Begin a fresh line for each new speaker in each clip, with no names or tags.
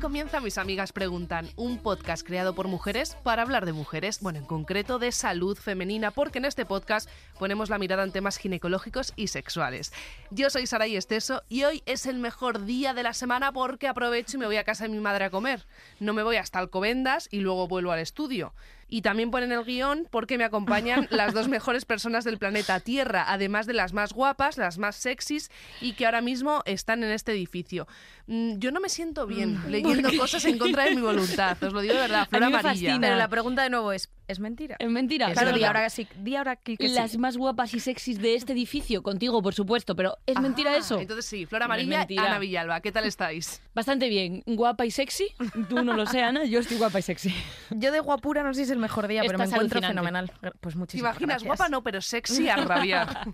comienza Mis Amigas Preguntan, un podcast creado por mujeres para hablar de mujeres, bueno, en concreto de salud femenina, porque en este podcast ponemos la mirada en temas ginecológicos y sexuales. Yo soy Saray Esteso y hoy es el mejor día de la semana porque aprovecho y me voy a casa de mi madre a comer. No me voy hasta Alcobendas y luego vuelvo al estudio. Y también ponen el guión porque me acompañan las dos mejores personas del planeta Tierra, además de las más guapas, las más sexys y que ahora mismo están en este edificio. Mm, Yo no me siento bien leyendo
qué?
cosas en contra de mi voluntad, os lo digo de verdad, flor
Mm. A mí me
amarilla.
fascina.
Pero la pregunta de nuevo es, ¿es mentira?
Es mentira.
Es
claro, di
verdad.
ahora, que sí, di ahora que, que sí.
Las más guapas y sexys de este edificio, contigo, por supuesto, pero ¿es mentira
Ah,
eso?
Entonces sí, flor
No es
amarilla,
mentira.
Ana Villalba, ¿qué tal estáis?
Bastante bien. Guapa y sexy. Tú no lo sé, Ana, yo estoy guapa y sexy.
Yo de guapura no sé si es el mejor día, pero me
Estás
encuentro
alucinante.
fenomenal. Gra- Pues
¿Te
muchísimas
imaginas?
gracias.
Guapa no, pero sexy a rabiar.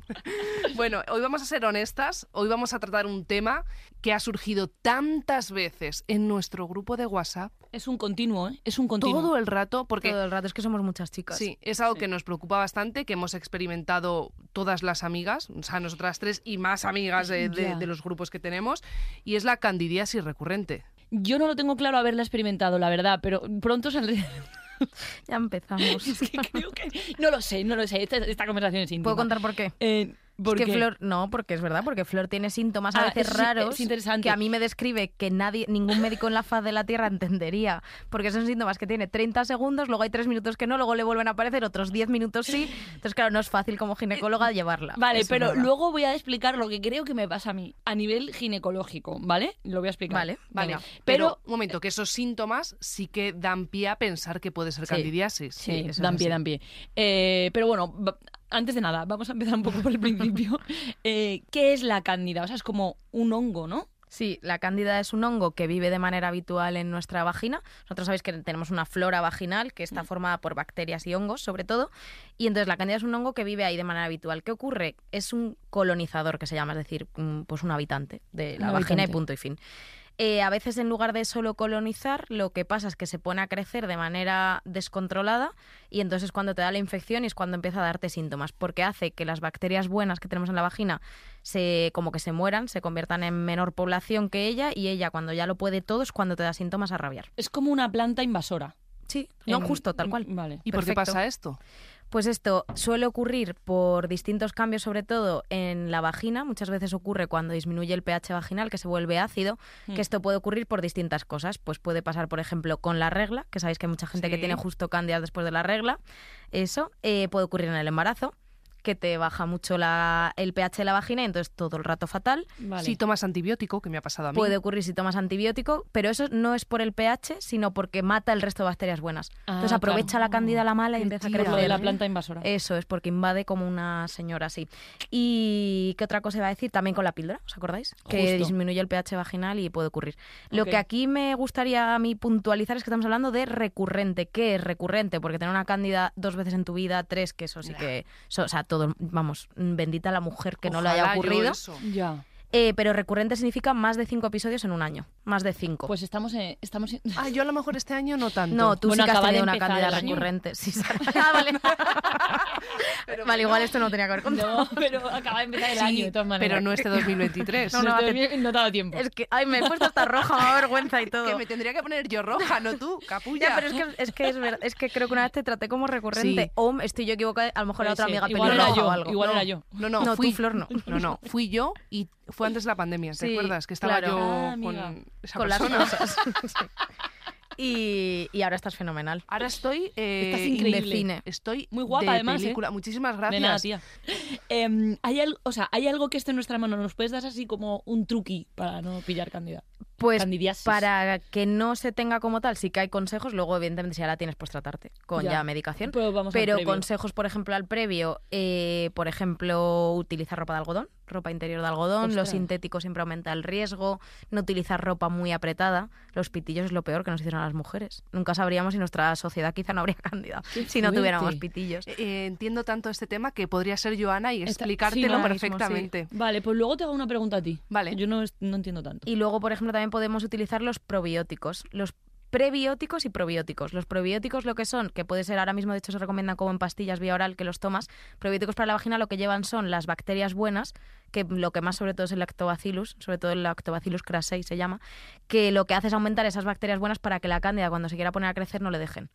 bueno, hoy vamos a ser honestas, hoy vamos a tratar un tema que ha surgido tantas veces en nuestro grupo de WhatsApp,
Es un continuo, ¿eh? Es un continuo.
todo el rato, porque
Todo el rato, es que somos muchas chicas.
Sí, es algo que nos preocupa bastante, que hemos experimentado todas las amigas, o sea, nosotras tres y más amigas eh, de,
Ya.
de los grupos que tenemos, y es la candidiasis recurrente.
Yo no lo tengo claro haberla experimentado, la verdad, pero pronto saldré.
Ya empezamos.
Es que creo que. No lo sé, no lo sé. Esta, esta conversación es íntima.
¿Puedo contar por qué?
Eh, ¿por
es que
qué?
Flor, no, porque es verdad, porque Flor tiene síntomas a
Ah,
veces
eso sí,
raros
es interesante.
que a mí me describe que nadie, ningún médico en la faz de la Tierra entendería, porque son síntomas que tiene 30 segundos, luego hay 3 minutos que no, luego le vuelven a aparecer otros 10 minutos sí, entonces claro, no es fácil como ginecóloga llevarla.
Vale,
Eso es
pero
verdad.
luego voy a explicar lo que creo que me pasa a mí a nivel ginecológico, ¿vale? Lo voy a explicar.
Vale,
Vale,
Venga.
pero
Pero,
un momento, que esos síntomas sí que dan pie a pensar que puede ser
Sí,
candidiasis.
Sí,
Sí, eso
dan
es
pie,
así.
dan pie. Eh, pero bueno, va- antes de nada, vamos a empezar un poco por el principio. Eh, ¿Qué es la cándida? O sea, es como un hongo, ¿no?
Sí, la cándida es un hongo que vive de manera habitual en nuestra vagina. Nosotros sabéis que tenemos una flora vaginal que
Mm.
está formada por bacterias y hongos, sobre todo. Y entonces la cándida es un hongo que vive ahí de manera habitual. ¿Qué ocurre? Es un colonizador que se llama, es decir, un- pues un habitante de la
Un
vagina y
habitante.
punto y fin. Eh, a veces en lugar de solo colonizar, lo que pasa es que se pone a crecer de manera descontrolada y entonces cuando te da la infección y es cuando empieza a darte síntomas, porque hace que las bacterias buenas que tenemos en la vagina se como que se mueran, se conviertan en menor población que ella y ella cuando ya lo puede todo es cuando te da síntomas a rabiar.
Es como una planta invasora.
Sí, no
En-
justo tal cual.
Vale.
¿Y por qué
Perfecto.
pasa esto?
Pues esto suele ocurrir por distintos cambios, sobre todo en la vagina. Muchas veces ocurre cuando disminuye el pH vaginal, que se vuelve ácido,
Mm.
que esto puede ocurrir por distintas cosas. Pues puede pasar, por ejemplo, con la regla, que sabéis que hay mucha gente que
Sí.
tiene justo cándidas después de la regla. Eso eh, puede ocurrir en el embarazo, que te baja mucho la- el pH de la vagina y entonces todo el rato fatal.
Vale.
Si tomas antibiótico, que me ha pasado a mí.
Puede ocurrir si tomas antibiótico, pero eso no es por el pH, sino porque mata el resto de bacterias buenas.
Ah,
Entonces aprovecha
claro.
la cándida la mala y
Qué
empieza a
tira.
crecer.
lo de la planta invasora.
Eso es, porque invade como una señora así. ¿Y qué otra cosa iba a decir? También con la píldora, ¿os acordáis? Que
Justo.
disminuye el pH vaginal y puede ocurrir. Lo
Ok.
que aquí me gustaría a mí puntualizar es que estamos hablando de recurrente. ¿Qué es recurrente? Porque tener una cándida dos veces en tu vida, tres, que eso sí
Ya.
que... eso, o sea, todo, vamos, bendita la mujer que no le haya
Ojalá yo
ocurrido.
eso.
ya.
Eh, pero recurrente significa más de cinco episodios en un año. Más de cinco.
Pues estamos en, estamos en-
Ah, yo a lo mejor este año no tanto.
no, tú
Bueno,
sí que has
acaba de
tenido una
empezar
cándida
el año.
recurrente. Sí, Sara. Ah, vale. vale, igual esto no tenía que ver con
No, pero acaba de empezar el
Sí,
año de todas maneras.
pero no este 2023.
No,
no,
estoy-
hace-
no te ha dado tiempo.
Es que, ay, me he puesto hasta roja, me da vergüenza y
Que
todo.
me tendría que poner yo roja, no tú, capulla.
Ya, pero es que, es, que es, verdad, es que creo que una vez te traté como recurrente.
Sí.
O estoy yo equivocada, a lo mejor
Puede
la otra
ser.
amiga te
Igual
vio
era
roja
yo,
o algo.
igual era yo.
No, no,
No, tú,
fui
Flor, no.
No, no, fui yo y fue antes de la pandemia, ¿te
Sí,
acuerdas? Que estaba
claro.
yo
Ah, amiga.
con esa
Con las
persona.
cosas. Sí. y, y ahora estás fenomenal.
Ahora estoy eh,
Estás increíble.
Indefine.
Estoy
Muy guapa,
de
además, ¿eh?
película. Muchísimas gracias.
De nada, tía. Em, ¿hay, algo, o sea, ¿Hay algo que esté en nuestra mano? ¿Nos puedes dar así como un truqui para no pillar candida?
Pues
Candidiasis.
para que no se tenga como tal, sí que hay consejos. Luego, evidentemente, si ya la tienes, pues tratarte con
Ya.
ya, medicación.
Pero Pues vamos al
Pero
previo.
consejos, por ejemplo, al previo, eh, por ejemplo, utilizar ropa de algodón, ropa interior de algodón, lo
Ostras.
sintético siempre aumenta el riesgo, no utilizar ropa muy apretada, los pitillos es lo peor que nos hicieron a las mujeres. Nunca sabríamos si nuestra sociedad quizá no habría cándida
Qué
si no
fuerte.
tuviéramos pitillos.
Eh, entiendo tanto este tema que podría ser Joana y
Está-
explicártelo
sí, ahora
mismo,
perfectamente.
Vale, pues luego te hago una pregunta a ti.
Vale.
Yo no, es- no entiendo tanto.
Y luego, por ejemplo, también podemos utilizar los probióticos. Los prebióticos y probióticos. Los probióticos lo que son, que puede ser ahora mismo, de hecho se recomiendan como en pastillas vía oral que los tomas, probióticos para la vagina lo que llevan son las bacterias buenas, que lo que más sobre todo es el lactobacillus, sobre todo el lactobacillus crasei se llama, que lo que hace es aumentar esas bacterias buenas para que la cándida cuando se quiera poner a crecer no le dejen.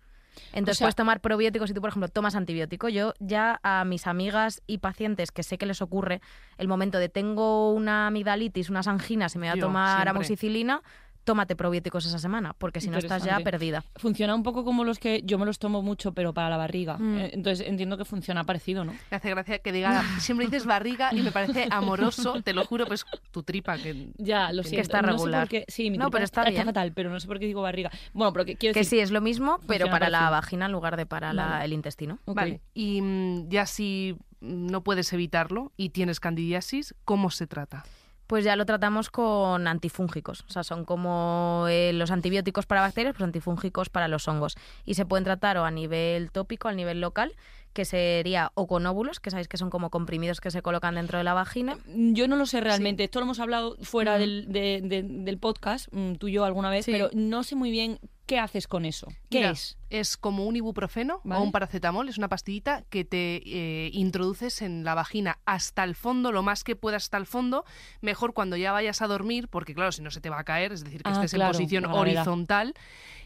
O
Entonces
sea-
puedes tomar probióticos si tú, por ejemplo, tomas antibiótico. Yo ya a mis amigas y pacientes que sé que les ocurre el momento de tengo una amigdalitis, unas anginas y me voy a
Yo,
tomar
siempre.
amoxicilina, tómate probióticos esa semana, porque si no estás ya
Interesante.
perdida.
Funciona un poco como los que yo me los tomo mucho, pero para la barriga.
Mm.
Eh, Entonces entiendo que funciona parecido, ¿no?
Me hace gracia que diga, siempre dices barriga y me parece amoroso, te lo juro, pues tu tripa que...
Ya, lo
Que
siento.
está
No sé por
regular.
qué- Sí, mi
No,
tripa
pero está bien.
fatal, pero no sé por qué digo barriga. Bueno, pero que quiero
Que
decir...
sí, es lo mismo, pero
Funciona
para la
parecido.
vagina en lugar de para la-
Vale.
el intestino.
Ok.
Vale, y mm, ya si mm, no puedes evitarlo y tienes candidiasis, ¿cómo se trata?
Pues ya lo tratamos con antifúngicos. O sea, son como eh, los antibióticos para bacterias, pues antifúngicos para los hongos. Y se pueden tratar o a nivel tópico, a nivel local, que sería o con óvulos, que sabéis que son como comprimidos que se colocan dentro de la vagina.
Yo no lo sé realmente. Esto lo hemos hablado fuera
Mm.
del, de- de- del podcast, mm, tú y yo alguna vez,
Sí.
pero no sé muy bien qué haces con eso. ¿Qué
Mira,
es?
Es como un ibuprofeno
Vale.
o un paracetamol, es una pastillita que te eh, introduces en la vagina hasta el fondo, lo más que puedas hasta el fondo, mejor cuando ya vayas a dormir, porque claro, si no se te va a caer, es decir, que
Ah,
estés
claro,
en posición
una barbaridad.
horizontal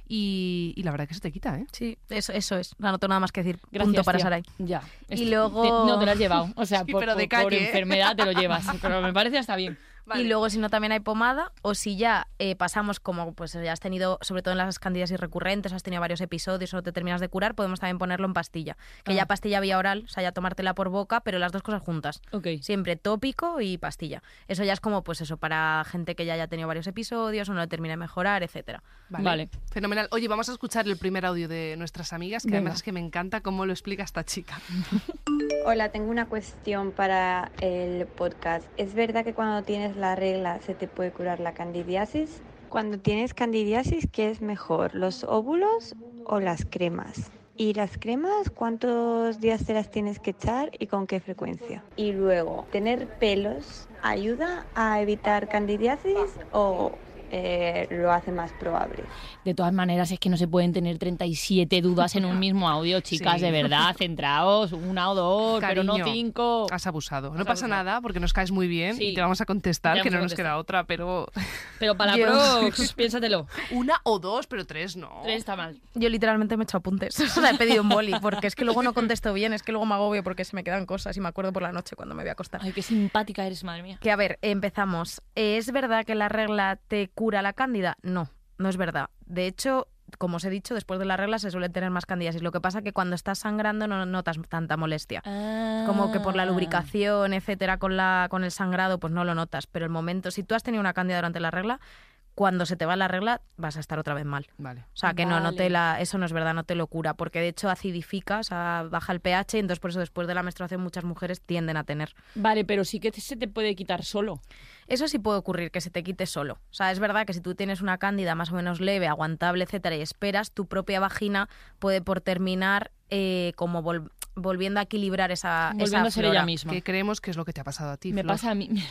y, y la verdad que se te quita, ¿eh?
Sí, eso, eso es. O sea, No tengo nada más que decir.
Gracias,
Punto para
tía.
Sarai.
Ya. Este,
Y luego-
te- no te lo has llevado. O sea,
Sí,
por,
pero de
por- por
calle, ¿eh?
enfermedad te lo llevas. Pero me parece hasta bien.
Y luego si no también hay pomada o si ya eh, pasamos como pues ya has tenido sobre todo en las candidiasis recurrentes, has tenido varios episodios o te terminas de curar, podemos también ponerlo en pastilla, que
Ah.
ya pastilla vía oral, o sea, ya tomártela por boca, pero las dos cosas juntas.
Ok.
Siempre tópico y pastilla. Eso ya es como pues eso para gente que ya haya tenido varios episodios o no le termina de mejorar, etcétera.
Vale.
Fenomenal. Oye, vamos a escuchar el primer audio de nuestras amigas, que
Venga.
además es que me encanta cómo lo explica esta chica.
Hola, tengo una cuestión para el podcast. ¿Es verdad que cuando tienes la regla se te puede curar la candidiasis? Cuando tienes candidiasis, ¿qué es mejor, los óvulos o las cremas? ¿Y las cremas cuántos días te las tienes que echar y con qué frecuencia? Y luego, ¿tener pelos ayuda a evitar candidiasis o eh, lo hace más probable?
De todas maneras, es que no se pueden tener 37 dudas en un mismo audio, chicas,
Sí.
de verdad. Centraos, una o dos, pero no
Cariño.
cinco.
Has abusado. No
Oh. Has
pasa
abusado.
nada porque nos caes muy bien
Sí.
y te vamos a
Te
contestar, que
vamos
no
a
nos
contestar.
queda otra, pero
Pero para
Yo-
Prox, piénsatelo.
una o dos, pero tres no.
Tres está mal.
Yo literalmente me he hecho apuntes, o sea, he pedido un boli porque es que luego no contesto bien, es que luego me agobio porque se me quedan cosas y me acuerdo por la noche cuando me voy a acostar.
Ay, qué simpática eres, madre mía.
Que a ver, empezamos. Eh, ¿Es verdad que la regla te cura la cándida? No, no es verdad. De hecho, como os he dicho, después de la regla se suelen tener más candidiasis. Lo que pasa que cuando estás sangrando no notas tanta molestia.
Ah.
Como que por la lubricación, etcétera, con, la, con el sangrado, pues no lo notas. Pero el momento, si tú has tenido una cándida durante la regla, cuando se te va la regla vas a estar otra vez mal.
Vale.
O sea, que no, no
Vale.
te la, eso no es verdad, no te lo cura, porque de hecho acidifica, o sea, baja el pH, y entonces por eso después de la menstruación muchas mujeres tienden a tener.
Vale, pero sí que se te puede quitar solo.
Eso sí puede ocurrir, que se te quite solo. O sea, es verdad que si tú tienes una cándida más o menos leve, aguantable, etcétera, y esperas, tu propia vagina puede por terminar eh, como vol- volviendo a equilibrar esa, esa
Volviendo a ser
flora.
ella misma.
Que creemos que es lo que te ha pasado a ti.
Me
Flor.
pasa a mí. Me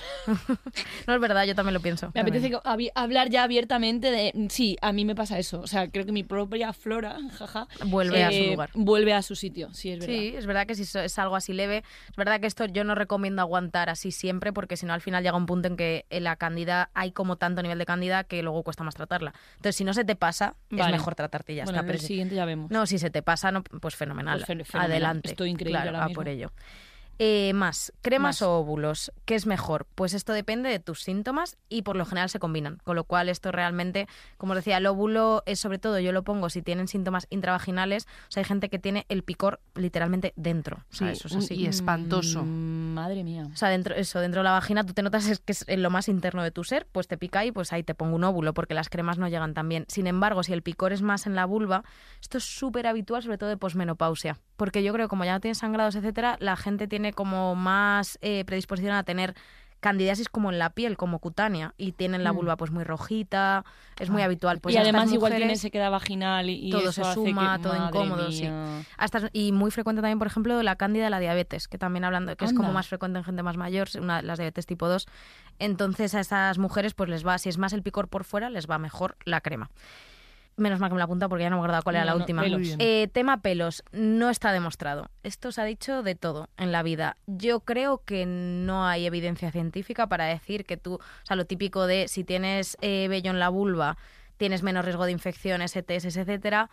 No es verdad, yo también lo pienso.
apetece que- habi- hablar ya abiertamente de. Sí, a mí me pasa eso. O sea, creo que mi propia flora, jaja.
Vuelve a su
eh,
lugar.
Vuelve a su sitio, sí, es verdad.
Sí, es verdad que si so- es algo así leve, es verdad que esto yo no recomiendo aguantar así siempre porque si no al final llega un punto en que en la cándida hay como tanto nivel de cándida que luego cuesta más tratarla. Entonces si no se te pasa, es
Vale.
mejor tratarte y ya
bueno,
está.
en
Pero
el
si-
siguiente ya vemos.
No, si se te pasa, no, pues fenomenal.
Pues fe- fenomenal.
Adelante.
Estoy increíble
Claro,
ahora
a
mismo.
por ello. Eh, más, cremas
Más.
o óvulos, ¿qué es mejor? Pues esto depende de tus síntomas y por lo general se combinan, con lo cual esto realmente, como os decía, el óvulo es sobre todo, yo lo pongo si tienen síntomas intravaginales, o sea, hay gente que tiene el picor literalmente dentro, o sea,
Sí,
eso es así.
y espantoso.
Mm, madre mía.
O sea, dentro, eso, dentro de la vagina tú te notas es que es en lo más interno de tu ser, pues te pica y pues ahí te pongo un óvulo porque las cremas no llegan tan bien. Sin embargo, si el picor es más en la vulva, esto es súper habitual, sobre todo de posmenopausia. Porque yo creo que como ya no tienes sangrados, etcétera, la gente tiene como más eh, predisposición a tener candidiasis como en la piel, como cutánea, y tienen la
Mm.
vulva pues muy rojita, es muy
Ah.
habitual. Pues
y
a estas
además igual
mujeres-
tiene sequedad vaginal y, y
todo
eso
se
hace
suma,
que-
todo
madre
incómodo, sí.
mía.
a estas- y muy frecuente también, por ejemplo, la cándida de la diabetes, que también hablando, que es como
Anda.
más frecuente en gente más mayor, una, las diabetes tipo 2. Entonces a esas mujeres pues les va, si es más el picor por fuera, les va mejor la crema. Menos mal que me la apunta porque ya no me acuerdo cuál era
No,
la
no,
última.
pelos.
Muy bien.
Eh, tema pelos, no está demostrado. Esto se ha dicho de todo en la vida. Yo creo que no hay evidencia científica para decir que tú, o sea, lo típico de si tienes eh, vello en la vulva, tienes menos riesgo de infecciones, ETS, etcétera.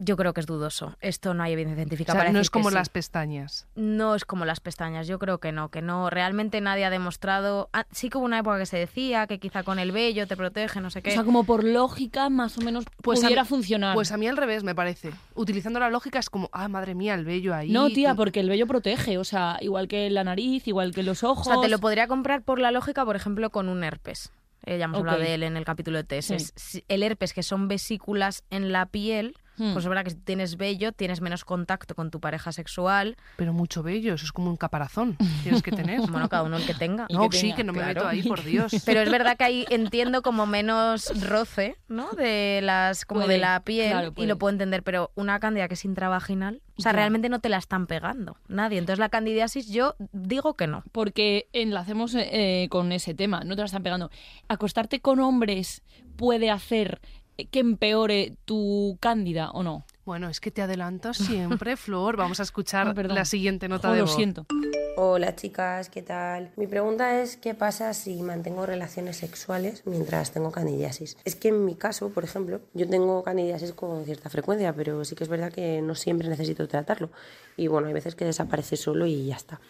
Yo creo que es dudoso. Esto no hay evidencia
O
científica
sea,
para
no
decir
es
que
como
sí.
las pestañas.
No es como las pestañas, yo creo que no, que no, realmente nadie ha demostrado. Ah, sí que hubo una época que se decía que quizá con el vello te protege, no sé qué.
O sea, como por lógica, más o menos
Pues a
pudiera
mí-
funcionar.
Pues a mí al revés, me parece. Utilizando la lógica es como, ah, madre mía, el vello ahí.
no, tía,
tú-
porque el vello protege, o sea, igual que la nariz, igual que los ojos.
O sea, te lo podría comprar por la lógica, por ejemplo, con un herpes. Eh, ya hemos
Ok.
hablado de él en el capítulo de TS.
Sí.
Si- El herpes, que son vesículas en la piel,
Hmm.
pues es verdad que si tienes vello, tienes menos contacto con tu pareja sexual.
Pero mucho vello, eso es como un caparazón. Tienes que tener.
Bueno, cada uno el que tenga.
Y
no,
que
sí,
tenga,
que no me
claro.
meto ahí, por Dios.
Pero es verdad que ahí entiendo como menos roce, ¿no? De las, como
Puede,
de la piel
claro,
y
puede.
lo puedo entender, pero una candida que es intravaginal, o sea,
Ya.
realmente no te la están pegando nadie. Entonces la candidiasis yo digo que no.
Porque enlacemos eh, con ese tema, no te la están pegando. ¿Acostarte con hombres puede hacer que empeore tu cándida o no?
Bueno, es que te adelanto siempre, Flor. Vamos a escuchar
Ay, perdón.
la siguiente nota
Jo,
de
lo
voz.
siento.
Hola chicas, ¿qué tal? Mi pregunta es qué pasa si mantengo relaciones sexuales mientras tengo candidiasis. Es que en mi caso, por ejemplo, yo tengo candidiasis con cierta frecuencia, pero sí que es verdad que no siempre necesito tratarlo. Y bueno, hay veces que desaparece solo y ya está.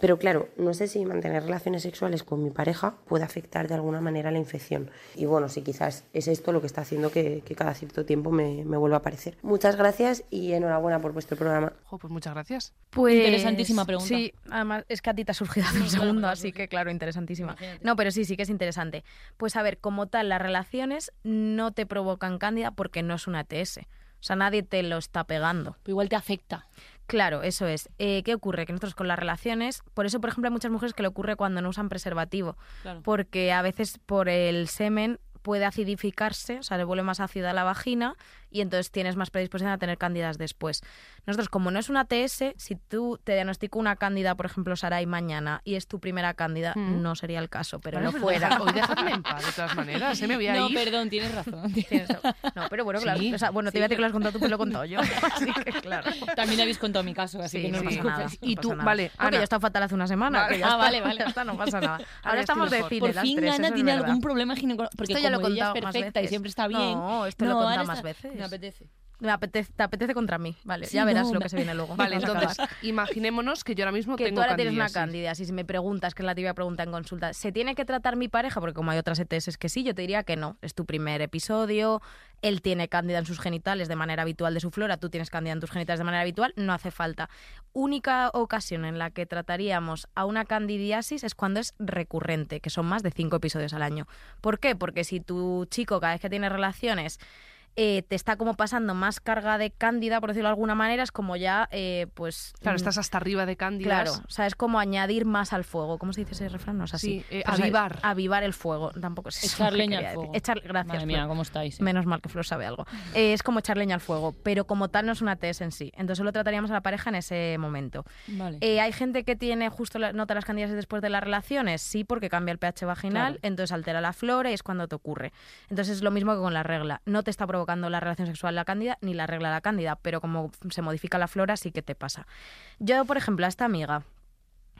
Pero claro, no sé si mantener relaciones sexuales con mi pareja puede afectar de alguna manera la infección. Y bueno, si quizás es esto lo que está haciendo que, que cada cierto tiempo me, me vuelva a aparecer. Muchas gracias y enhorabuena por vuestro programa.
Jo, pues muchas gracias.
Pues,
Interesantísima pregunta.
Sí, además es que a ti te ha surgido hace un segundo, así que claro, interesantísima. No, pero sí, sí que es interesante. Pues a ver, como tal, las relaciones no te provocan cándida porque no es una TS. O sea, nadie te lo está pegando.
Pero igual te afecta.
Claro, eso es. Eh, ¿Qué ocurre? Que nosotros con las relaciones, por eso, por ejemplo, hay muchas mujeres que le ocurre cuando no usan preservativo,
Claro.
porque a veces por el semen puede acidificarse, o sea, le vuelve más ácida la vagina y entonces tienes más predisposición a tener cándidas después. Nosotros, como no es una TS, si tú te diagnostico una cándida, por ejemplo, Sarai, mañana y es tu primera cándida,
Mm.
no sería el caso, pero
Vale, pues
no fuera.
deja- Hoy dejadme en paz, de todas maneras. ¿eh? Me voy a
no,
ir.
perdón, tienes razón.
Tienes- No, pero bueno, claro,
Sí.
o sea, bueno,
Sí,
te voy a decir que lo has contado tú, pero lo he contado yo. Así que claro.
También habéis contado mi caso, así
Sí,
que no os
sí,
pasa
preocupéis.
nada. Y
no
tú,
pasa nada.
vale,
No, que
Ana.
yo he estado fatal hace una semana.
Vale.
que ya
Ah,
está,
vale, vale.
ya está, no pasa nada.
estoy
Ahora estamos de
mejor.
cine,
Por
las
fin
tres,
Ana
eso es
tiene
verdad.
algún problema ginecológico. Porque
Esto ya lo he
como ella
contado
es
más
perfecta y
veces.
siempre está bien.
No, esto lo he contado
ahora
más
está-
veces.
Me apetece.
Me apetece, te apetece contra mí. Vale,
Sí,
ya verás
no,
lo
me-
que se viene luego.
Vale,
Vamos a
entonces,
acabar.
imaginémonos que yo ahora mismo
Que
tengo
tú ahora tienes una
candidiasis.
cándida, si me preguntas, que es la tibia pregunta en consulta, ¿se tiene que tratar mi pareja? Porque como hay otras E ETS que sí, yo te diría que no. Es tu primer episodio, él tiene cándida en sus genitales de manera habitual de su flora, tú tienes cándida en tus genitales de manera habitual, no hace falta. Única ocasión en la que trataríamos a una candidiasis es cuando es recurrente, que son más de cinco episodios al año. ¿Por qué? Porque si tu chico cada vez que tiene relaciones eh, te está como pasando más carga de cándida, por decirlo de alguna manera, es como ya, eh, pues...
Claro,
mm,
estás hasta arriba de
Claro,
cándidas.
o sea, es como añadir más al fuego. ¿Cómo se dice ese refrán? No es
Sí,
así.
eh,
Pero, o sea,
avivar.
avivar el fuego. Tampoco es eso
Echar
que
leña
quería
al
decir.
fuego.
Echar, gracias.
Madre mía,
Flor.
¿cómo estáis? eh?
Menos mal que Flor sabe algo. Eh, es como echar leña al fuego, pero como tal no es una TS en sí. Entonces solo trataríamos a la pareja en ese momento.
Vale.
Eh, hay gente que tiene justo la, nota las candidiasis después de las relaciones, sí, porque cambia el pH vaginal,
Claro.
entonces altera la flora y es cuando te ocurre. Entonces es lo mismo que con la regla. No te está provocando la relación sexual la cándida ni la regla la cándida, pero como se modifica la flora sí que te pasa. Yo, por ejemplo, a esta amiga.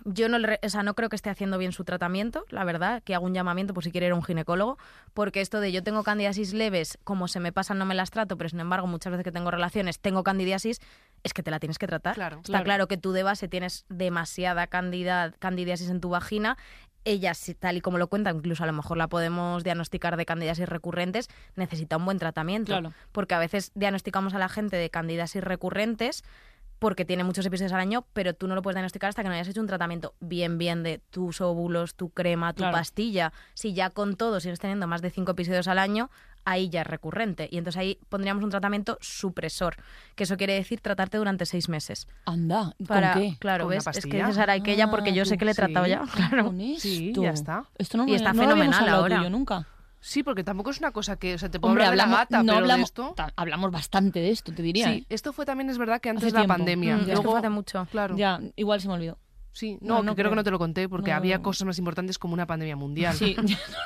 Yo no, le re- o sea, no creo que esté haciendo bien su tratamiento, la verdad, que hago un llamamiento por si quiere ir a un ginecólogo, porque esto de yo tengo candidiasis leves, como se me pasan no me las trato, pero sin embargo muchas veces que tengo relaciones tengo candidiasis, es que te la tienes que tratar.
Claro,
Está
claro.
claro, que tú de base tienes demasiada candida, candidiasis en tu vagina. Ella, si- tal y como lo cuenta, incluso a lo mejor la podemos diagnosticar de candidiasis recurrentes, necesita un buen tratamiento.
Claro.
Porque a veces diagnosticamos a la gente de candidiasis recurrentes porque tiene muchos episodios al año, pero tú no lo puedes diagnosticar hasta que no hayas hecho un tratamiento bien, bien de tus óvulos, tu crema, tu
Claro.
pastilla. Si ya con todo sigues teniendo más de cinco episodios al año, ahí ya es recurrente. Y entonces ahí pondríamos un tratamiento supresor, que eso quiere decir tratarte durante seis meses.
Anda, ¿y
Para,
¿con qué?
Claro,
¿Con una
¿ves? Es que
pastilla?
dices Saray que ella porque yo
Ah,
sé que le he
tú-
tratado
sí.
ya. Claro.
Con esto.
Sí, ya está.
Esto no
Y
me-
está
no lo habíamos
fenomenal
hablado tú y
ahora.
yo nunca.
Sí, porque tampoco es una cosa que, o sea, te puedo
Hombre,
hablar de
hablamos,
la gata,
no
pero de
hablamos,
esto...
ta- hablamos bastante de esto, te diría. ¿eh?
Sí, esto fue también, es verdad, que antes
Hace
de la
tiempo.
pandemia.
Mm,
Ya.
es que
Luego,
fue hace mucho.
claro,
Ya, igual se me olvidó.
Sí, no,
No, no
que creo,
creo.
que no te lo conté porque
No.
había cosas más importantes como una pandemia mundial.
Sí,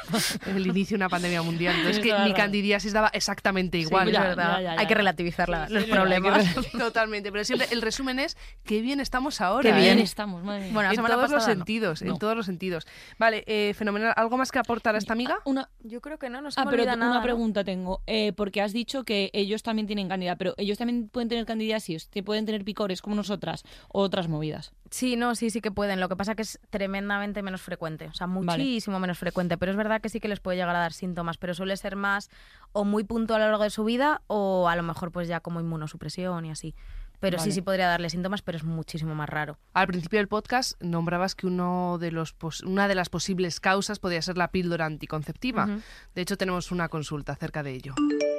El inicio de una pandemia mundial. Entonces,
Tienes
que
toda la
mi
razón.
candidiasis daba exactamente igual.
es
ya,
verdad.
ya, ya,
Hay
ya.
que relativizar la-
Sí,
los
sí,
problemas.
hay que
Totalmente, pero siempre el resumen es qué bien estamos ahora.
qué
¿eh?
bien estamos, madre mía.
Bueno, la
en
semana
todos los
pasada no.
sentidos, en
No.
todos los sentidos. Vale, eh, fenomenal. ¿Algo más que aportar a esta amiga?
Ah, Una,
Yo creo que no nos
ah, pero una pregunta tengo, eh, porque has dicho que ellos también tienen candida, pero ellos también pueden tener candidiasis, te pueden tener picores como nosotras o otras movidas.
Sí, no, sí, sí que pueden. Lo que pasa que es tremendamente menos frecuente, o sea,
Vale.
muchísimo menos frecuente. Pero es verdad que sí que les puede llegar a dar síntomas, pero suele ser más o muy puntual a lo largo de su vida o a lo mejor pues ya como inmunosupresión y así. Pero sí,
Vale.
sí podría darle síntomas, pero es muchísimo más raro.
Al principio del podcast nombrabas que uno de los pos- una de las posibles causas podría ser la píldora anticonceptiva.
Ujú.
De hecho, tenemos una consulta acerca de ello.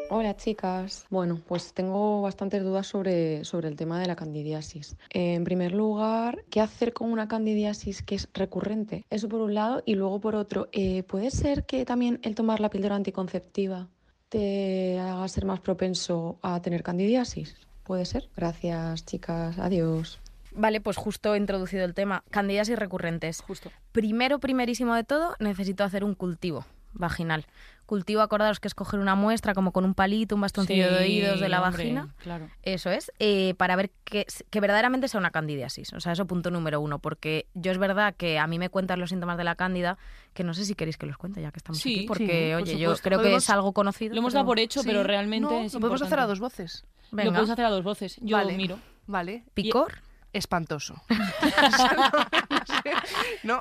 Hola chicas. Bueno, pues tengo bastantes dudas sobre, sobre el tema de la candidiasis. En primer lugar, ¿qué hacer con una candidiasis que es recurrente? Eso por un lado y luego por otro, eh, ¿puede ser que también el tomar la píldora anticonceptiva te haga ser más propenso a tener candidiasis? ¿Puede ser? Gracias chicas, adiós.
Vale, pues justo he introducido el tema. Candidiasis recurrentes.
Justo.
Primero, primerísimo de todo, necesito hacer un cultivo vaginal. Cultivo, acordaros que es coger una muestra como con un palito, un bastoncillo de oídos de la vagina.
Claro.
Eso es, eh, para ver que, que verdaderamente sea una candidiasis. O sea, eso punto número uno, porque yo es verdad que a mí me cuentan los síntomas de la cándida, que no sé si queréis que los cuente ya que estamos
Sí,
aquí, porque,
sí, por
oye, yo
supuesto.
creo que
Podemos-
es algo conocido.
Lo hemos
pero-
dado por hecho,
Sí,
pero realmente
no,
es
lo podemos hacer
importante.
a dos voces.
Venga.
Lo puedes hacer a dos voces. Yo
Vale.
miro.
Vale,
¿Picor?
espantoso. O sea, no, no sé. No.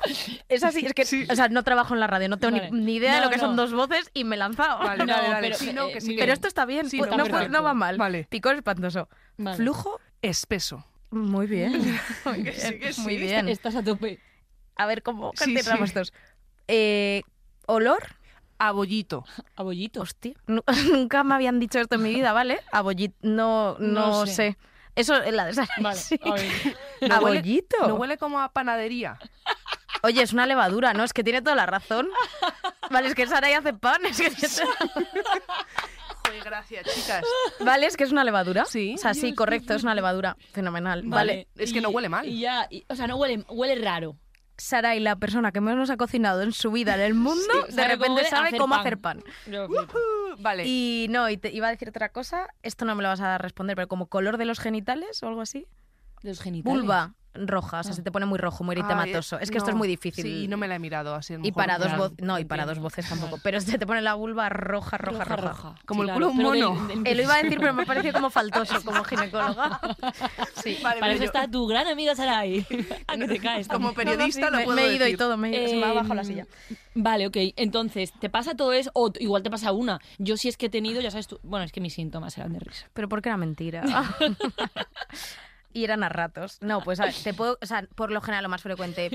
Es así, es que,
Sí.
o sea, no trabajo en la radio, no tengo ni-
Vale.
ni, idea de
No,
lo que son
no.
dos voces y me he lanzado.
Vale,
No,
dale, dale.
pero,
Sí, no, que
eh,
sí,
mira,
que-
Pero esto está bien,
Sí,
pues
no,
no,
perfecto.
pues no va mal.
Vale.
Picor espantoso.
Vale.
Flujo,
Espeso.
muy bien. Muy bien.
Sí que sí.
Muy bien.
Estás a tope.
A ver cómo
Sí, sí.
cerramos estos. Eh, ¿Olor?
Abollito.
A bollitos.
Hostia, nu- nunca me habían dicho esto en mi vida, ¿vale? Abollito, no, no,
No
sé.
sé.
Eso es la de Sara.
Vale,
sí.
a ver.
No huele-
Abollito.
No huele como a panadería.
Oye, es una levadura, ¿no? Es que tiene toda la razón. Vale, es que Sara ya hace pan. Es que
Joder, gracias, chicas.
Vale, es que es una levadura.
Sí.
O sea, sí,
Dios,
correcto,
Dios,
es una levadura. Fenomenal. Vale.
es que
y-
no huele mal.
y ya, y- o sea, no huele, huele raro.
Sara y la persona que menos ha cocinado en su vida en el mundo,
Sí, o sea, no
de
como
repente
de
sabe
hacer
cómo
pan.
hacer pan.
Yo flipo.
Uh, Vale.
Y no, y te iba a decir otra cosa, esto no me lo vas a responder, pero como color de los genitales o algo así.
De los genitales.
Vulva roja, o sea,
Ah.
se te pone muy rojo, muy
Ay,
eritematoso. es que esto es
no.
muy difícil.
Sí, y no me la he mirado así. a lo
Y
mejor
para dos
ya-
Claro,
voces, no, y para dos
entiendo.
voces tampoco,
Vale.
pero se te pone la vulva roja, roja, roja.
Como el culo de un
pero
mono.
Eh, lo iba a decir, pero me pareció como faltoso, como ginecóloga.
Sí,
Vale,
para
pero
eso
yo-
está tu gran amiga Sarai. a que te caes.
Como
también.
periodista
No, no, sí,
lo
me-
puedo
Me he ido y
decir. Em,
todo, me he ido, se me ha bajado la silla.
Eh, Vale, ok. Entonces, ¿te pasa todo eso? O t- igual te pasa una. Yo si es que he tenido, ya sabes tú. Bueno, es que mis síntomas eran de risa.
Pero porque era mentira. y eran a ratos. No, pues a ver, te puedo, o sea, por lo general lo más frecuente,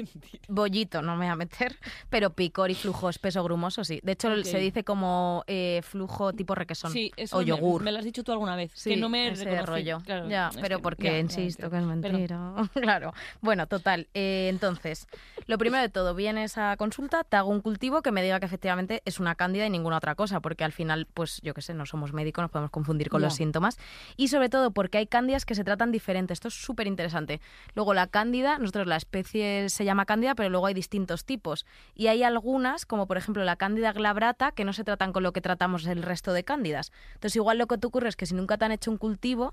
bollito, no me voy a meter, pero picor y flujo espeso grumoso, sí. De hecho,
Ok.
se dice como eh, flujo tipo requesón
Sí, eso
o
me-
yogur.
Me, lo has dicho tú alguna vez.
Sí,
que no me
ese
reconocí.
rollo.
Claro,
ya,
es que-
pero porque
ya, ya,
insisto
entiendo.
que es
Perdón.
mentira. claro. Bueno, total. eh, entonces, lo primero de todo, vienes a consulta, te hago un cultivo que me diga que efectivamente es una cándida y ninguna otra cosa, porque al final, pues yo qué sé, no somos médicos, nos podemos confundir con los
Ya.
síntomas. Y sobre todo porque hay cándidas que se tratan diferente. Esto es súper interesante. Luego, la cándida, nosotros la especie se llama cándida, pero luego hay distintos tipos. Y hay algunas, como por ejemplo la cándida glabrata, que no se tratan con lo que tratamos el resto de cándidas. Entonces, igual lo que te ocurre es que si nunca te han hecho un cultivo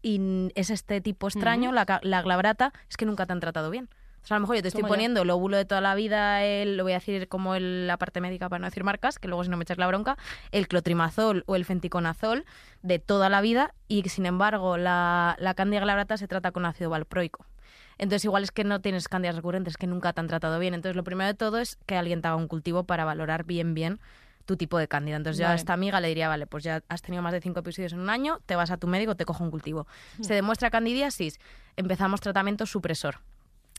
y n- es este tipo extraño, la, ca- la glabrata, es que nunca te han tratado bien. O sea, a lo mejor yo te estoy
Toma ya.
poniendo el óvulo de toda la vida, el, lo voy a decir como el- la parte médica para no decir marcas, que luego si no me echas la bronca, el clotrimazol o el fenticonazol de toda la vida y sin embargo la, la cándida glabrata se trata con ácido valproico. Entonces igual es que no tienes cándidas recurrentes, que nunca te han tratado bien. Entonces lo primero de todo es que alguien te haga un cultivo para valorar bien, bien tu tipo de cándida. Entonces yo a
Vale.
esta amiga le diría, vale, pues ya has tenido más de cinco episodios en un año, te vas a tu médico, te cojo un cultivo. Se demuestra candidiasis, empezamos tratamiento supresor.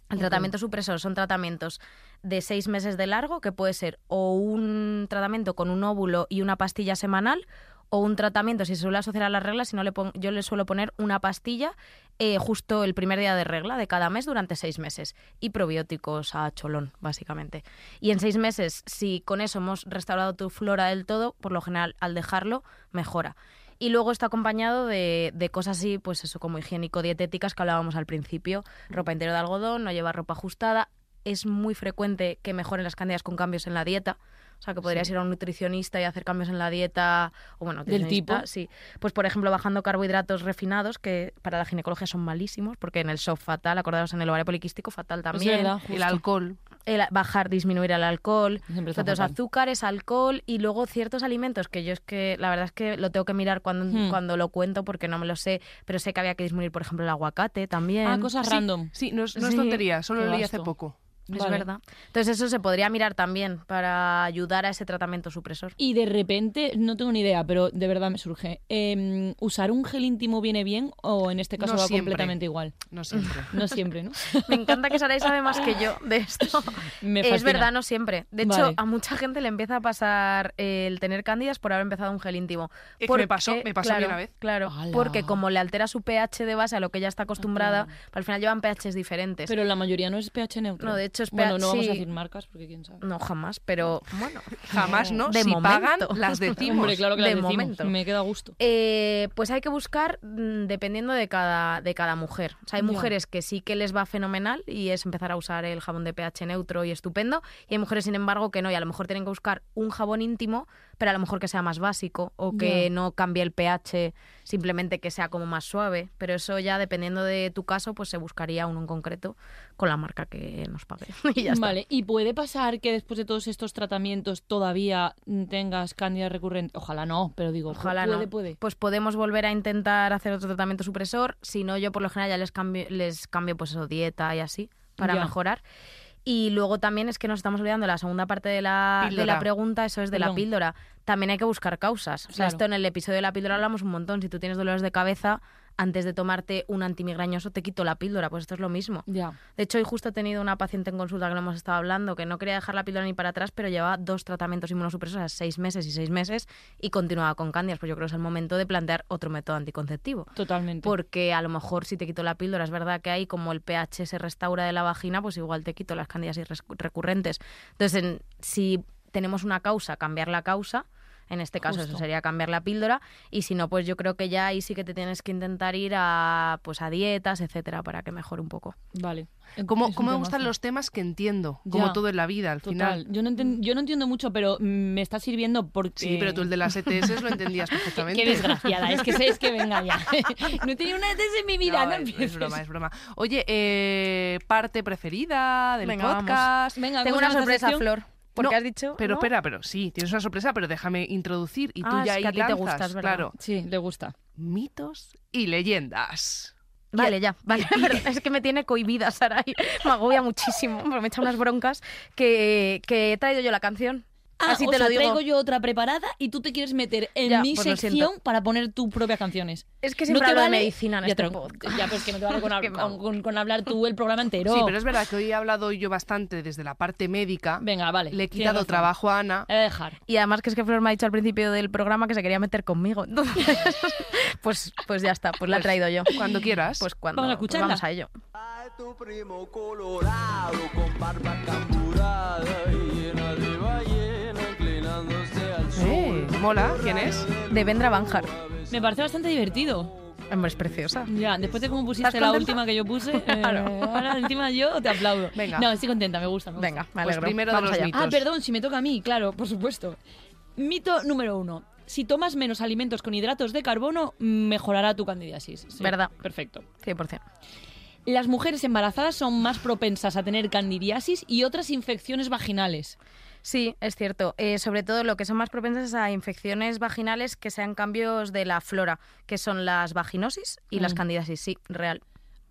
El tratamiento supresor son tratamientos de seis meses de largo, que puede ser o un tratamiento con un óvulo y una pastilla semanal, o un tratamiento, si se suele asociar a las reglas, si no le pon- yo le suelo poner una pastilla eh, justo el primer día de regla de cada mes durante seis meses. Y probióticos a cholón, básicamente. Y en seis meses, si con eso hemos restaurado tu flora del todo, por lo general al dejarlo, mejora. Y luego está acompañado de, de cosas así, pues eso, como higiénico-dietéticas que hablábamos al principio. Ropa entera de algodón, no llevar ropa ajustada. Es muy frecuente que mejoren las cándidas con cambios en la dieta. O sea, que podrías ir a un nutricionista y hacer cambios en la dieta. O bueno,
Del
nutricionista,
tipo.
Sí. Pues, por ejemplo, bajando carbohidratos refinados, que para la ginecología son malísimos, porque en el SOF fatal, acordaros, en el ovario poliquístico fatal
Es
también.
Pues verdad,
El
justo.
alcohol.
el a- bajar, disminuir el alcohol,
Siempre está
ciertos
fatal.
azúcares, alcohol y luego ciertos alimentos que yo es que la verdad es que lo tengo que mirar cuando,
Hmm.
cuando lo cuento porque no me lo sé, pero sé que había que disminuir, por ejemplo, el aguacate también.
Ah, cosas random.
Sí, no es, no es
Sí,
tontería, solo
qué
lo leí hace
vasto.
poco.
Es
Vale.
verdad. Entonces eso se podría mirar también para ayudar a ese tratamiento supresor.
Y de repente, no tengo ni idea, pero de verdad me surge. eh, ¿Usar un gel íntimo viene bien o en este caso
No
va
siempre.
completamente igual?
No siempre.
No siempre, ¿no?
Me encanta que Saray sabe más que yo de esto.
Me
es
fascina.
verdad, no siempre. De hecho,
Vale.
a mucha gente le empieza a pasar eh, el tener cándidas por haber empezado un gel íntimo.
Es que
Porque-
me pasó, me pasó a mí
claro,
una vez.
Claro,
¡Hala!
porque como le altera su pH de base a lo que ya está acostumbrada, al final llevan pHs diferentes.
Pero la mayoría no es pH neutro.
No, de hecho es
Bueno, no vamos
sí. Mm.
a decir marcas porque quién sabe.
No, jamás, pero bueno.
Jamás no.
De
si pagan,
momento.
las decimos.
Hombre, claro que las
de
decimos.
momento.
Me queda gusto.
Eh, pues hay que buscar mm, dependiendo de cada, de cada mujer. O sea, hay
Ya.
mujeres que sí que les va fenomenal y es empezar a usar el jabón de pH neutro y estupendo. Y hay mujeres, sin embargo, que no. Y a lo mejor tienen que buscar un jabón íntimo, pero a lo mejor que sea más básico o que
Ya.
no cambie el pH, simplemente que sea como más suave. Pero eso ya dependiendo de tu caso, pues se buscaría uno en concreto con la marca que nos pague. y ya está.
Vale, y puede pasar que después de todos estos tratamientos todavía mm, tengas cándida recurrente. Ojalá no, pero digo,
Ojalá
puede,
no.
puede.
Pues podemos volver a intentar hacer otro tratamiento supresor. Si no, yo por lo general ya les cambio, les cambio pues eso, dieta y así, para
Ya.
mejorar. Y luego también es que nos estamos olvidando la segunda parte de la, de
Píldora.
la pregunta, eso es de la
Perdón.
píldora. También hay que buscar causas. O sea,
Claro.
esto en el episodio de la píldora hablamos un montón. Si tú tienes dolores de cabeza, antes de tomarte un antimigrañoso, te quito la píldora. Pues esto es lo mismo.
Ya.
De hecho, hoy justo he tenido una paciente en consulta que lo hemos estado hablando, que no quería dejar la píldora ni para atrás, pero llevaba dos tratamientos inmunosupresores, seis meses y seis meses, y continuaba con cándidas. Pues yo creo que es el momento de plantear otro método anticonceptivo.
Totalmente.
Porque a lo mejor si te quito la píldora, es verdad que ahí como el pH se restaura de la vagina, pues igual te quito las candidiasis res- recurrentes. Entonces, en- si tenemos una causa, cambiar la causa. En este caso
Justo.
eso sería cambiar la píldora y si no pues yo creo que ya ahí sí que te tienes que intentar ir a pues a dietas, etcétera, para que mejore un poco.
Vale. Es
Como,
un
como me gustan
temazo.
los temas que entiendo,
Ya.
como todo en la vida al
Total.
final.
Yo no, enten- yo no entiendo mucho, pero mm, me está sirviendo porque.
Sí, pero tú el de las ETS lo entendías perfectamente.
Qué desgraciada, es que sé, es que venga ya. No he tenido una ETS en mi
No,
vida, no,
es- es,
empieces.
broma, es broma. Oye, eh, parte preferida del
Venga, vamos.
podcast.
Venga,
Tengo
¿cómo
una
se llama esta
sorpresa,
sección?
Flor. Porque
No,
has dicho.
Pero
¿no?
espera, pero sí, tienes una sorpresa, pero déjame introducir y tú
Ah,
ya
es
ahí
que a ti te
lanzas,
gusta, es verdad.
claro.
Sí, le gusta.
Mitos y leyendas.
Vale, ya, vale. Pero es que me tiene cohibida, Saray. Me agobia muchísimo, pero me echa unas broncas que, que he traído yo la canción. Así
Ah, o
te
sea,
lo digo.
traigo yo otra preparada y tú te quieres meter en
Ya,
mi
pues lo siento.
sección para poner tus propias canciones.
Es que siempre
no te
hablo de
vale
medicina en
ya,
este
pero-
podcast.
Ya, pero es que no te vale con,
Qué
hab-
mal.
con, con- con hablar tú el programa entero.
Sí, pero es verdad que hoy he hablado yo bastante desde la parte médica.
Venga, vale.
Le he
tienes
quitado
razón.
trabajo a Ana.
He de dejar.
Y además que es que Flor me ha dicho al principio del programa que se quería meter conmigo. Entonces, pues, pues ya está, pues la he
Pues,
traído yo.
Cuando quieras.
Pues cuando
Vamos a
pues
escucharla.
vamos a ello.
Ay, tu primo colorado con barba camburada y llena de ballena inclinándose al sol.
Eh, mola, ¿quién es?
De Vendra Banjar.
Me parece bastante divertido.
Hombre, es preciosa.
Ya, después de cómo pusiste
¿Estás
la
contenta?
última que yo puse, eh,
Claro.
ahora encima yo te aplaudo.
Venga.
No, estoy contenta, me gusta. me gusta.
Venga, me
Pues
alegro.
primero de
vamos
los
allá.
mitos.
Ah, perdón, si me toca a mí, claro, por supuesto. Mito número uno. Si tomas menos alimentos con hidratos de carbono, mejorará tu candidiasis. Sí,
Verdad.
Perfecto.
100%.
Las mujeres embarazadas son más propensas a tener candidiasis y otras infecciones vaginales.
Sí, es cierto. Eh, sobre todo lo que son más propensas a infecciones vaginales que sean cambios de la flora, que son las vaginosis y las
Mm.
candidiasis, sí, real.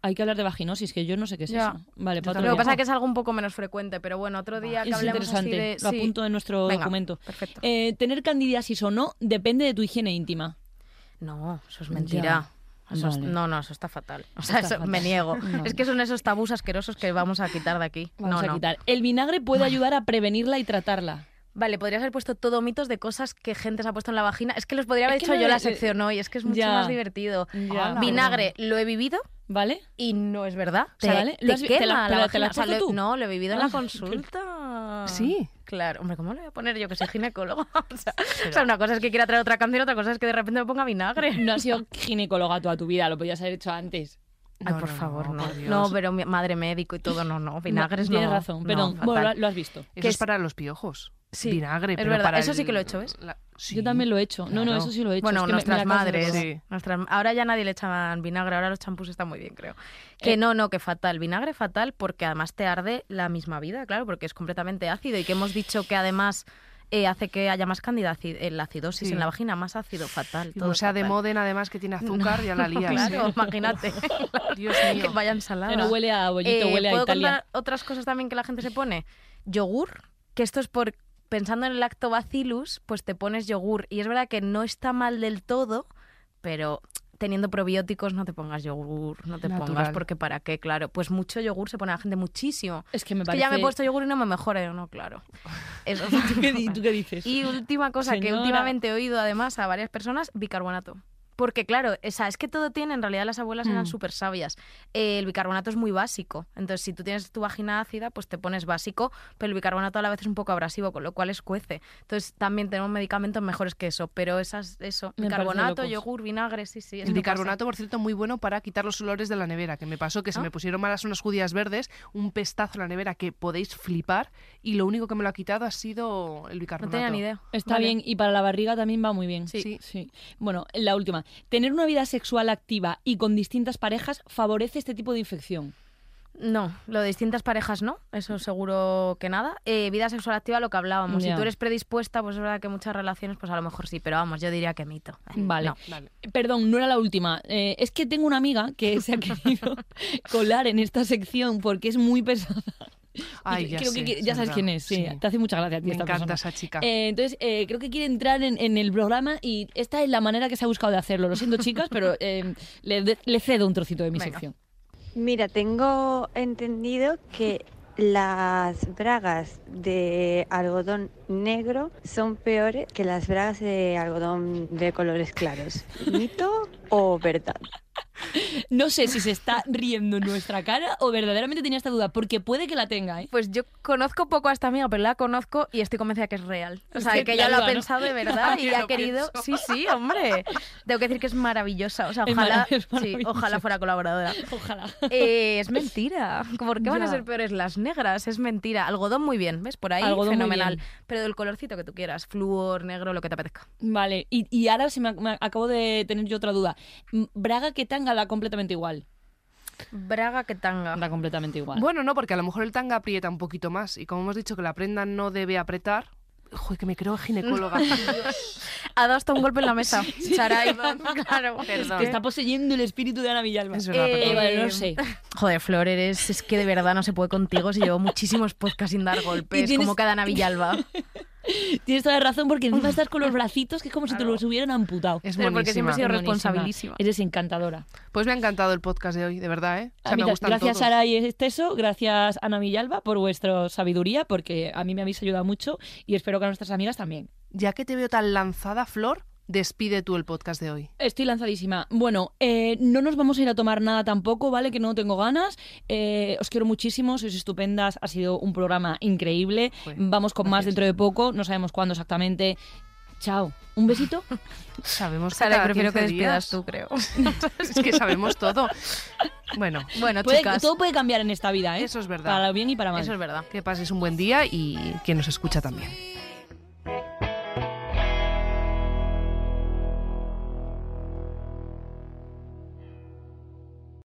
Hay que hablar de vaginosis, que yo no sé qué es
Ya.
eso. Vale, para
Lo
otro día.
que pasa es que es algo un poco menos frecuente, pero bueno, otro día que
Ah, es
hablemos así
interesante.
de...
Lo
sí.
apunto en nuestro
Venga,
documento.
perfecto.
Eh, tener candidiasis o no depende de tu higiene íntima.
No, eso es mentira. Eso es-
Vale.
No, no, eso está fatal. O sea,
Está
eso
fatal.
me niego.
No.
Es que son esos tabús asquerosos que vamos a quitar de aquí.
Vamos
no,
a
no.
quitar. El vinagre puede ayudar a prevenirla y tratarla.
Vale, podrías haber puesto todo mitos de cosas que gente se ha puesto en la vagina. Es que los podría haber
Es que
hecho
no
yo
le-
la sección hoy. Es que es mucho
Ya.
más divertido.
Ya.
Vinagre, lo he vivido.
¿Te-
Y no es verdad.
sea, ¿vale? ¿Lo has vi- te la-
quema
pero te la
vagina.
has
O sea,
puesto
lo-
tú?
No, lo he vivido en
Ah,
la
qué-
consulta.
Sí.
Claro, hombre, ¿cómo le voy a poner yo que soy ginecóloga? O sea, o sea, una cosa es que quiera traer otra canción, otra cosa es que de repente me ponga vinagre.
No has sido ginecóloga toda tu vida, lo podías haber hecho antes.
Ay, por favor, no. No, pero mi madre médico y todo, no, no. Vinagres no.
Tienes razón,
no,
perdón.
fatal.
bueno, lo- lo has visto.
Eso
que
es
es-
para los piojos.
Sí,
Vinagre,
es
pero
verdad.
para
Eso sí
el-
que lo he hecho, ¿ves?
la-
Yo
sí,
también lo he hecho. No, no,
claro.
eso sí lo he hecho.
Bueno,
Es que me- me
nuestras
acabas de
madres.
recordar.
Sí.
nuestras- ahora ya nadie le echaban vinagre, ahora los champús están muy bien, creo. Que
Eh,
no, no, que fatal. Vinagre fatal porque además te arde la misma vida, claro, porque es completamente ácido y que hemos dicho que además eh, hace que haya más candidaci- en la acidosis
Sí.
en la vagina, más ácido, fatal.
Y
todo
como sea de
fatal.
Moden, además, que tiene azúcar, ya la lías.
Claro, imagínate.
Dios
que
mío.
vayan saladas.
Ya no huele a bollito,
Eh,
huele a
¿Puedo
Italia.
contar otras cosas también que la gente se pone? Yogur, que esto es por pensando en el lactobacillus, pues te pones yogur. Y es verdad que no está mal del todo, pero teniendo probióticos no te pongas yogur, no te pongas,
Natural.
porque ¿para qué? Claro, pues mucho yogur se pone a la gente muchísimo.
Es que me
Es
parece...
que ya me he puesto yogur y no me mejora, yo, no, claro. Eso.
¿Tú qué, di- tú qué dices?
Y última cosa que
Señora.
últimamente he oído además a varias personas, bicarbonato. Porque claro, o sea, es que todo tiene, en realidad las abuelas eran
Mm.
súper sabias. Eh, el bicarbonato es muy básico. Entonces, si tú tienes tu vagina ácida, pues te pones básico, pero el bicarbonato a la vez es un poco abrasivo, con lo cual escuece. Entonces, también tenemos medicamentos mejores que eso, pero esas, eso,
Me parece
bicarbonato,
locos.
yogur, vinagre, sí, sí.
El
esto
bicarbonato, por cierto, muy bueno para quitar los olores de la nevera, que me pasó que se
¿Ah?
me pusieron malas unas judías verdes, un pestazo en la nevera que podéis flipar, y lo único que me lo ha quitado ha sido el
pasa. No
bicarbonato.
tenía ni idea.
Está
Vale.
bien, y para la barriga también va muy bien.
Sí.
Bueno, la última. Tener una vida sexual activa y con distintas parejas favorece este tipo de infección.
No, lo de distintas parejas no, eso seguro que nada. Eh, vida sexual activa, lo que hablábamos.
Ya.
Si tú eres predispuesta, pues es verdad que muchas relaciones, pues a lo mejor sí, pero vamos, yo diría que mito. Eh,
Vale.
Mm, No.
Vale.
Perdón, no era la última. Eh, es que tengo una amiga que se ha querido colar en esta sección porque es muy pesada.
Ay,
Y
ya,
creo
sé,
que ya sabes
Sandra,
quién es. Sí,
sí.
te hace mucha gracia. a ti
Me
esta
encanta
persona.
esa chica.
Eh, entonces, eh, creo que quiere entrar en, en el programa y esta es la manera que se ha buscado de hacerlo. Lo siento, chicas, pero eh, le, de- le cedo un trocito de mi
Venga.
sección.
Mira, tengo entendido que las bragas de algodón negro son peores que las bragas de algodón de colores claros. ¿Mito o verdad?
No sé si se está riendo en nuestra cara o verdaderamente tenía esta duda, porque puede que la tenga, ¿eh?
Pues yo conozco poco a esta amiga, pero la conozco y estoy convencida que es real. O
Es
sea,
que
que ella lo
claro,
ha
¿no?
pensado de verdad y
Yo lo
ha querido.
pienso.
Sí, sí, hombre. Tengo que decir que es maravillosa. O sea,
Es
ojalá,
marav- es
sí,
maravillosa.
ojalá fuera colaboradora.
Ojalá.
Eh, es mentira. ¿Por qué van a
Ya.
ser peores las negras? Es mentira. Algodón muy bien, ¿ves? Por ahí,
Algodón muy
fenomenal.
bien.
Pero del colorcito que tú quieras, flúor, negro, lo que te apetezca.
Vale, y, y ahora se me, ac- me acabo de tener yo otra duda. M- Braga que tanga da completamente igual.
Braga que tanga.
Da completamente igual.
Bueno, no, porque a lo mejor el tanga aprieta un poquito más, y como hemos dicho que la prenda no debe apretar, joder, que me creo ginecóloga.
Ha dado hasta un golpe en la mesa. Sarai, claro.
Perdón.
Te está poseyendo el espíritu de Ana Villalba.
Es verdad,
Eh,
perdón.
Eh, vale, no lo sé.
Joder, Flor, eres, es que de verdad no se puede contigo si llevo muchísimos podcasts sin dar
Y
golpes,
tienes-
como cada Ana Villalba.
Tienes toda la razón porque encima estás con los bracitos que es como si te los hubieran amputado.
Es
Pero porque
buenísima.
siempre he sido
Buenísima.
responsabilísima.
Eres encantadora.
Pues me ha encantado el podcast de hoy, de verdad, ¿eh? O sea,
Ah, mira,
me gustan
gracias
todos.
Sara y Esteso, gracias Ana Villalba por vuestra sabiduría porque a mí me habéis ayudado mucho y espero que a nuestras amigas también.
Ya que te veo tan lanzada, Flor, despide tú el podcast de hoy.
Estoy lanzadísima. Bueno, eh, no nos vamos a ir a tomar nada tampoco, ¿vale? Que no tengo ganas. Eh, os quiero muchísimo, sois estupendas. Ha sido un programa increíble.
Joder,
vamos con más
Pues, gracias.
dentro de poco, no sabemos cuándo exactamente. Chao. Un besito.
Sabemos que
Sara,
cada
prefiero que
15
despidas
días-
tú, creo.
Es que sabemos todo. Bueno,
Bueno,
Puede-
chicas,
todo puede cambiar en esta vida, ¿eh?
Eso es verdad.
Para bien y para mal.
eso es verdad.
que pases un buen día y que nos escucha también.